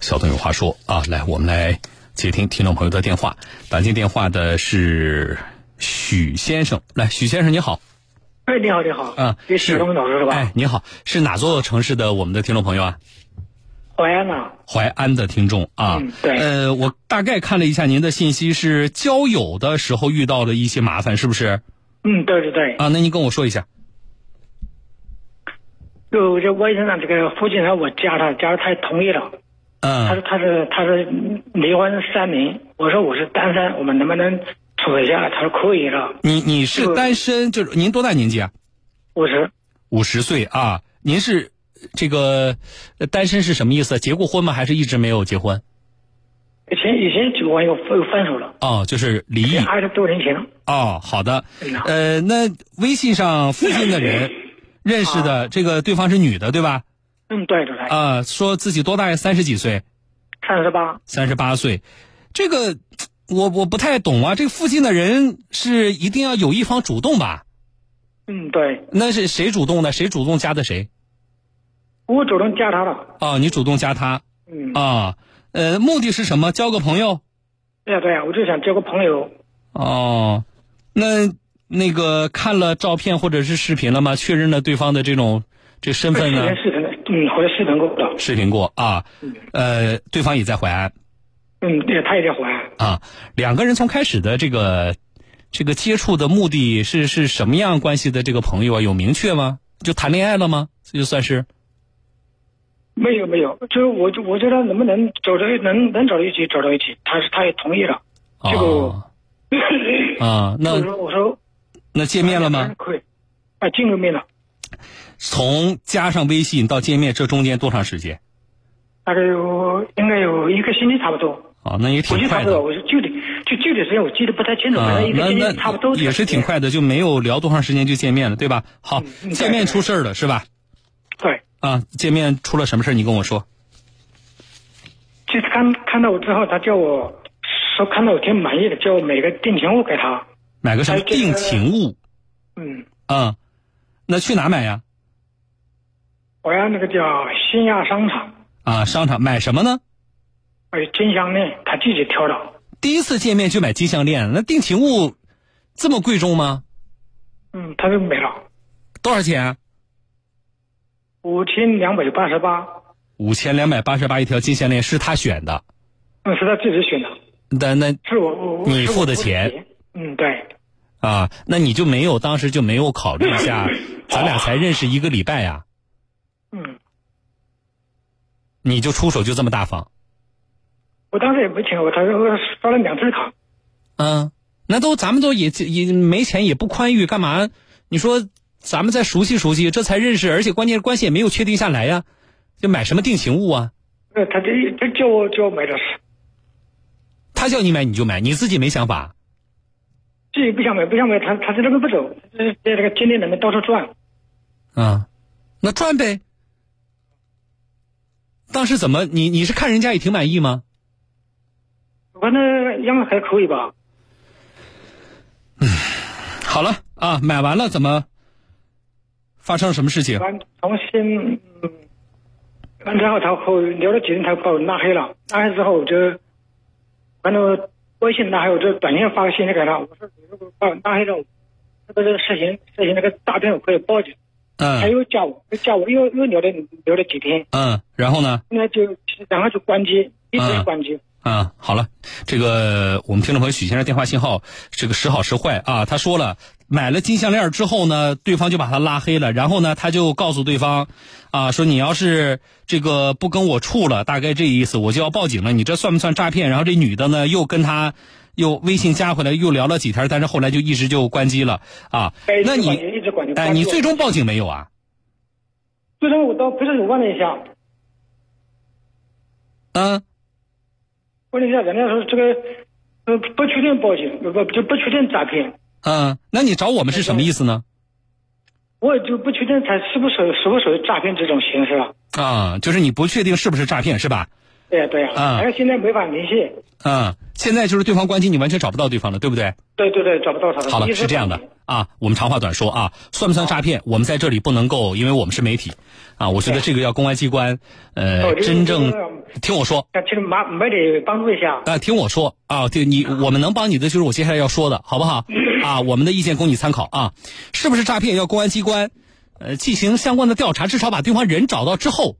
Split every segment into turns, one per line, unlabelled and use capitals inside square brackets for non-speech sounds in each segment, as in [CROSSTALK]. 小东有话说啊，来，我们来接听听众朋友的电话。打进电话的是许先生，来，许先生你好，
哎，你好，你好，
嗯
你许东老师是吧？
哎，你好，是哪座城市的我们的听众朋友啊？
淮哦安呐，
淮安的听众啊，
嗯对
呃，我大概看了一下您的信息，是交友的时候遇到了一些麻烦，是不是？
嗯，对对对，
啊，那您跟我说一下。
就这我以前呢，这个父亲来我家他，家里他也同意了，他
嗯
说他是他是离婚三年，我说我是单身，我们能不能处一下？他说可以了，
你你是
就
单身，就是您多大年纪啊？
我说
五十岁啊？您是这个呃单身是什么意思？结过婚吗？还是一直没有结婚？
以前以前就我又分又分手了，
哦，就是离异。
二十多年前，
哦，好的
嗯。
呃，那微信上附近的人认识的这个对方是女的，对吧？
嗯，对对对，
啊、说自己多大呀？三十几岁，
三十八，
三十八岁。这个我我不太懂啊。这个附近的人是一定要有一方主动吧？
嗯，对，
那是谁主动的？谁主动加的谁？
我主动加他了，
哦，你主动加他
嗯，
啊？呃，目的是什么？交个朋友？
对呀对呀，我就想交个朋友，
哦，那那个看了照片或者是视频了吗？确认了对方的这种这身份呢？
视频视频，嗯，回来视频给我的，
视频过啊，呃，对方也在淮安
嗯，对，他也在淮安。
啊，两个人从开始的这个这个接触的目的是是什么样关系的？这个朋友啊，有明确吗？就谈恋爱了吗？这就算是
没有没有，就是我就我觉得能不能走到一能能走到一起走到一起，他是他也同意了。
啊
这个
啊，
我
那
说我说哎
那见面了吗？？
可以，啊，见过面了，
从加上微信到见面，这中间多长时间？
大概有应该有一个星期差不多，
啊，那也
我
挺
记得差
快
不
的
多，我就具体就具体时间我记得不太清楚，反
啊
正一，个
那
星
那
期差不多。
也是挺。快的，就没有聊多长时间就见面了，对吧？好
嗯，嗯
见面出事儿了是吧？
对，
啊，见面出了什么事儿？你跟我说。
其实看看到我之后，他叫我说看到我挺满意的，叫我每个定情物给他。
买个什么
哎这个
定情物
嗯，
啊、那去哪买呀？
我要那个叫新亚商场，
啊，商场买什么呢？
还有金项链，他自己挑的。
第一次见面就买金项链，那定情物这么贵重吗？
嗯，他就没了。
多少钱？啊
五千两百八十八，
五千两百八十八一条金项链是他选的，
嗯，是他自己选的，
那那
是我我我
你
是我
付的
付
钱
钱，嗯，对，
啊，那你就没有当时就没有考虑一下，咱俩才认识一个礼拜呀、
嗯，
你就出手就这么大方？
我当时也没请我，他说刷了两次卡，
嗯，那都咱们都也也没钱也不宽裕，干嘛？你说咱们再熟悉熟悉，这才认识，而且关键关系也没有确定下来呀、就买什么定情物啊？
呃，他就就叫我叫我买的，
他叫你买你就买，你自己没想法
自己不想买不想买，他他在那边不走，就是在这个街店里面到处转，
啊？那赚呗。当时怎么你你是看人家也挺满意吗？
反正样子还可以吧，
好了啊，买完了怎么发生什么事情？
完重新，嗯，完之后他和我聊了几天，他把我拉黑了，拉黑之后我就，完了微信拉黑，我就短信发个信息给他，我说你如果把我拉黑了，这个这个事情事情那个诈骗我可以报警。他
嗯
又叫我，又叫我，又又聊了聊了几天，
嗯，然后呢？
那就然后就关机，一直
嗯
关机。
啊，好了，这个我们听众朋友许先生电话信号这个时好时坏啊，他说了，买了金项链之后呢，对方就把他拉黑了，然后呢，他就告诉对方，啊，说你要是这个不跟我处了，大概这意思，我就要报警了，你这算不算诈骗？然后这女的呢，又跟他又微信加回来，又聊了几天，但是后来就一直就关机了啊
哎。
那
一直
你
管着一直管着
哎，
关注
你
我
最终报警没有啊？
最终我到派出所问了一下，
嗯，
问了一下，人家说这个呃不确定报警，不就不确定诈骗，
嗯，那你找我们是什么意思呢？
我也就不确定他是不是属是不是属于诈骗这种形式啊？
啊，就是你不确定是不是诈骗是吧？
对呀、对呀、
啊
但是现在没法联系。
嗯，现在就是对方关机，你完全找不到对方了，对不对？
对对对，找不到他了。
好
一
了，
直
是这样的
找不到
啊，我们长话短说啊，算不算诈骗？我们在这里不能够，因为我们是媒体啊，我觉得这个要公安机关呃
哎哦这个
真正
这个
听我说。
那其实麻没得帮助一下。
啊，听我说啊，对你，我们能帮你的就是我接下来要说的，好不
[LAUGHS]
好？啊，我们的意见供你参考啊，是不是诈骗？要公安机关，呃，进行相关的调查，至少把对方人找到之后，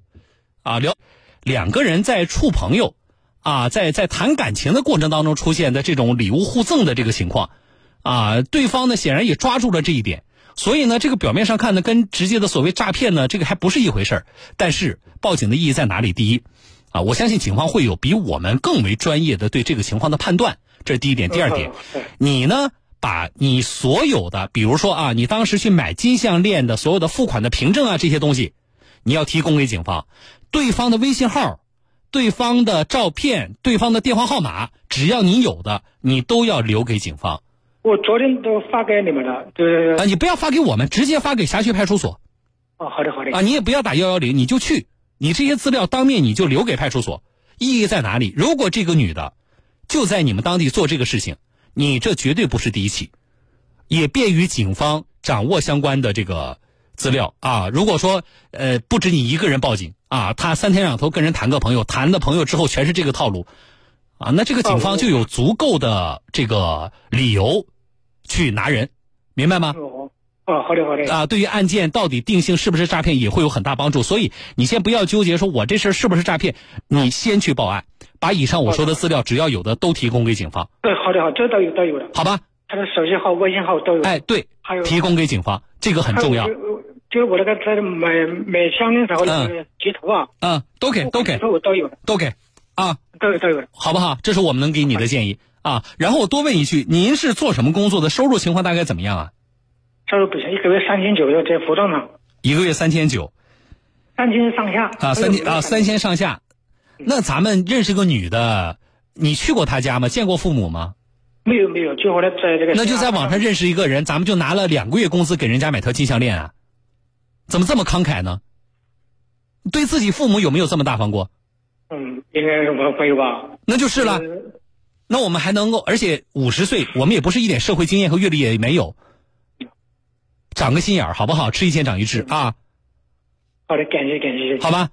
啊，聊两个人在处朋友，啊，在在谈感情的过程当中出现的这种礼物互赠的这个情况，啊，对方呢显然也抓住了这一点，所以呢，这个表面上看呢，跟直接的所谓诈骗呢，这个还不是一回事儿。但是报警的意义在哪里？第一，啊，我相信警方会有比我们更为专业的对这个情况的判断，这是第一点。第二点
嗯，对
你呢，把你所有的，比如说啊，你当时去买金项链的所有的付款的凭证啊，这些东西，你要提供给警方，对方的微信号、对方的照片、对方的电话号码，只要你有的，你都要留给警方。
我昨天都发给你们了，就是
啊，你不要发给我们，直接发给辖区派出所
哦，好的好的，
啊，你也不要打幺幺零，你就去，你这些资料当面你就留给派出所，意义在哪里？如果这个女的就在你们当地做这个事情，你这绝对不是第一起，也便于警方掌握相关的这个资料啊。如果说呃不止你一个人报警啊，他三天两头跟人谈个朋友，谈了朋友之后全是这个套路啊，那这个警方就有足够的这个理由去拿人，明白吗？
哦哦，好的好的，
啊，对于案件到底定性是不是诈骗也会有很大帮助。所以你先不要纠结说我这事儿是不是诈骗，你先去报案，把以上我说的资料只要有的都提供给警方，
对，好的好，这都有都有了，
好吧？
他的手机号、微信号都有。
哎，对
还有，
提供给警方，这个很
还有
重要
就。就是我那个在买买香烟时候那个截图啊，
嗯，都给，都给，
我都有了，
都给啊，
都有都有了。
好不好？这是我们能给你的建议啊。然后我多问一句，您是做什么工作的？收入情况大概怎么样啊？
收入不行，一个月三千九的在服装厂，
一个月三千九
三千上下。哎
啊，三千啊，三。千上下。那咱们认识个女的，你去过她家吗？见过父母吗？
没有没有，就后来在 [LAUGHS] 这个。
那就在网上。认识一个人，咱们就拿了两个月工资给人家买条金项链啊？怎么这么慷慨呢？对自己父母有没有这么大方过？
嗯，应该是我没有吧。
那就是了。
呃
那我们还能够，而且五十岁，我们也不是一点社会经验和阅历也没有，长个心眼儿好不好？吃一堑长一智啊，
好的，感谢感谢。
好吧？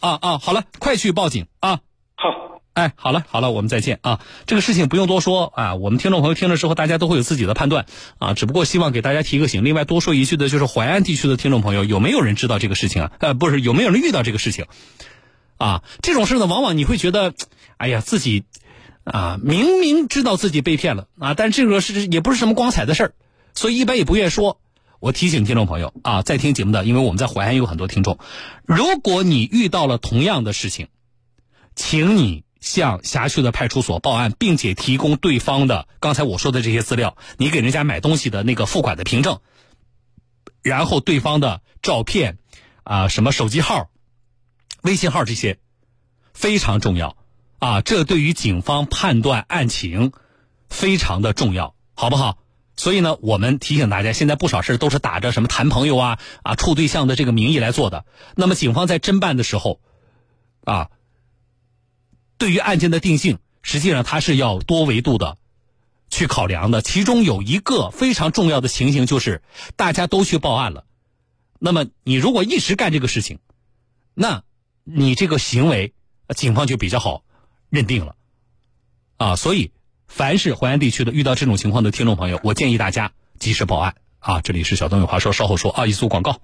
啊啊，好了，快去报警啊！
好，
哎，好了好了，我们再见啊！这个事情不用多说啊，我们听众朋友听了之后，大家都会有自己的判断啊。只不过希望给大家提个醒。另外多说一句的就是，淮安地区的听众朋友，有没有人知道这个事情啊？呃，不是，有没有人遇到这个事情啊？这种事呢，往往你会觉得，哎呀，自己啊，明明知道自己被骗了啊，但这个是也不是什么光彩的事儿，所以一般也不愿说。我提醒听众朋友啊，在听节目的，因为我们在淮安有很多听众，如果你遇到了同样的事情，请你向辖区的派出所报案，并且提供对方的刚才我说的这些资料，你给人家买东西的那个付款的凭证，然后对方的照片啊、什么手机号、微信号这些非常重要啊，这对于警方判断案情非常的重要，好不好？所以呢，我们提醒大家，现在不少事都是打着什么谈朋友啊、啊处对象的这个名义来做的。啊那么，警方在侦办的时候，啊，对于案件的定性，实际上它是要多维度的去考量的。其中有一个非常重要的情形就是，大家都去报案了，那么你如果一直干这个事情，那你这个行为，呃警方就比较好认定了啊。所以，凡是淮安地区的遇到这种情况的听众朋友，我建议大家及时报案啊。这里是小东有话说，稍后说啊，一组广告。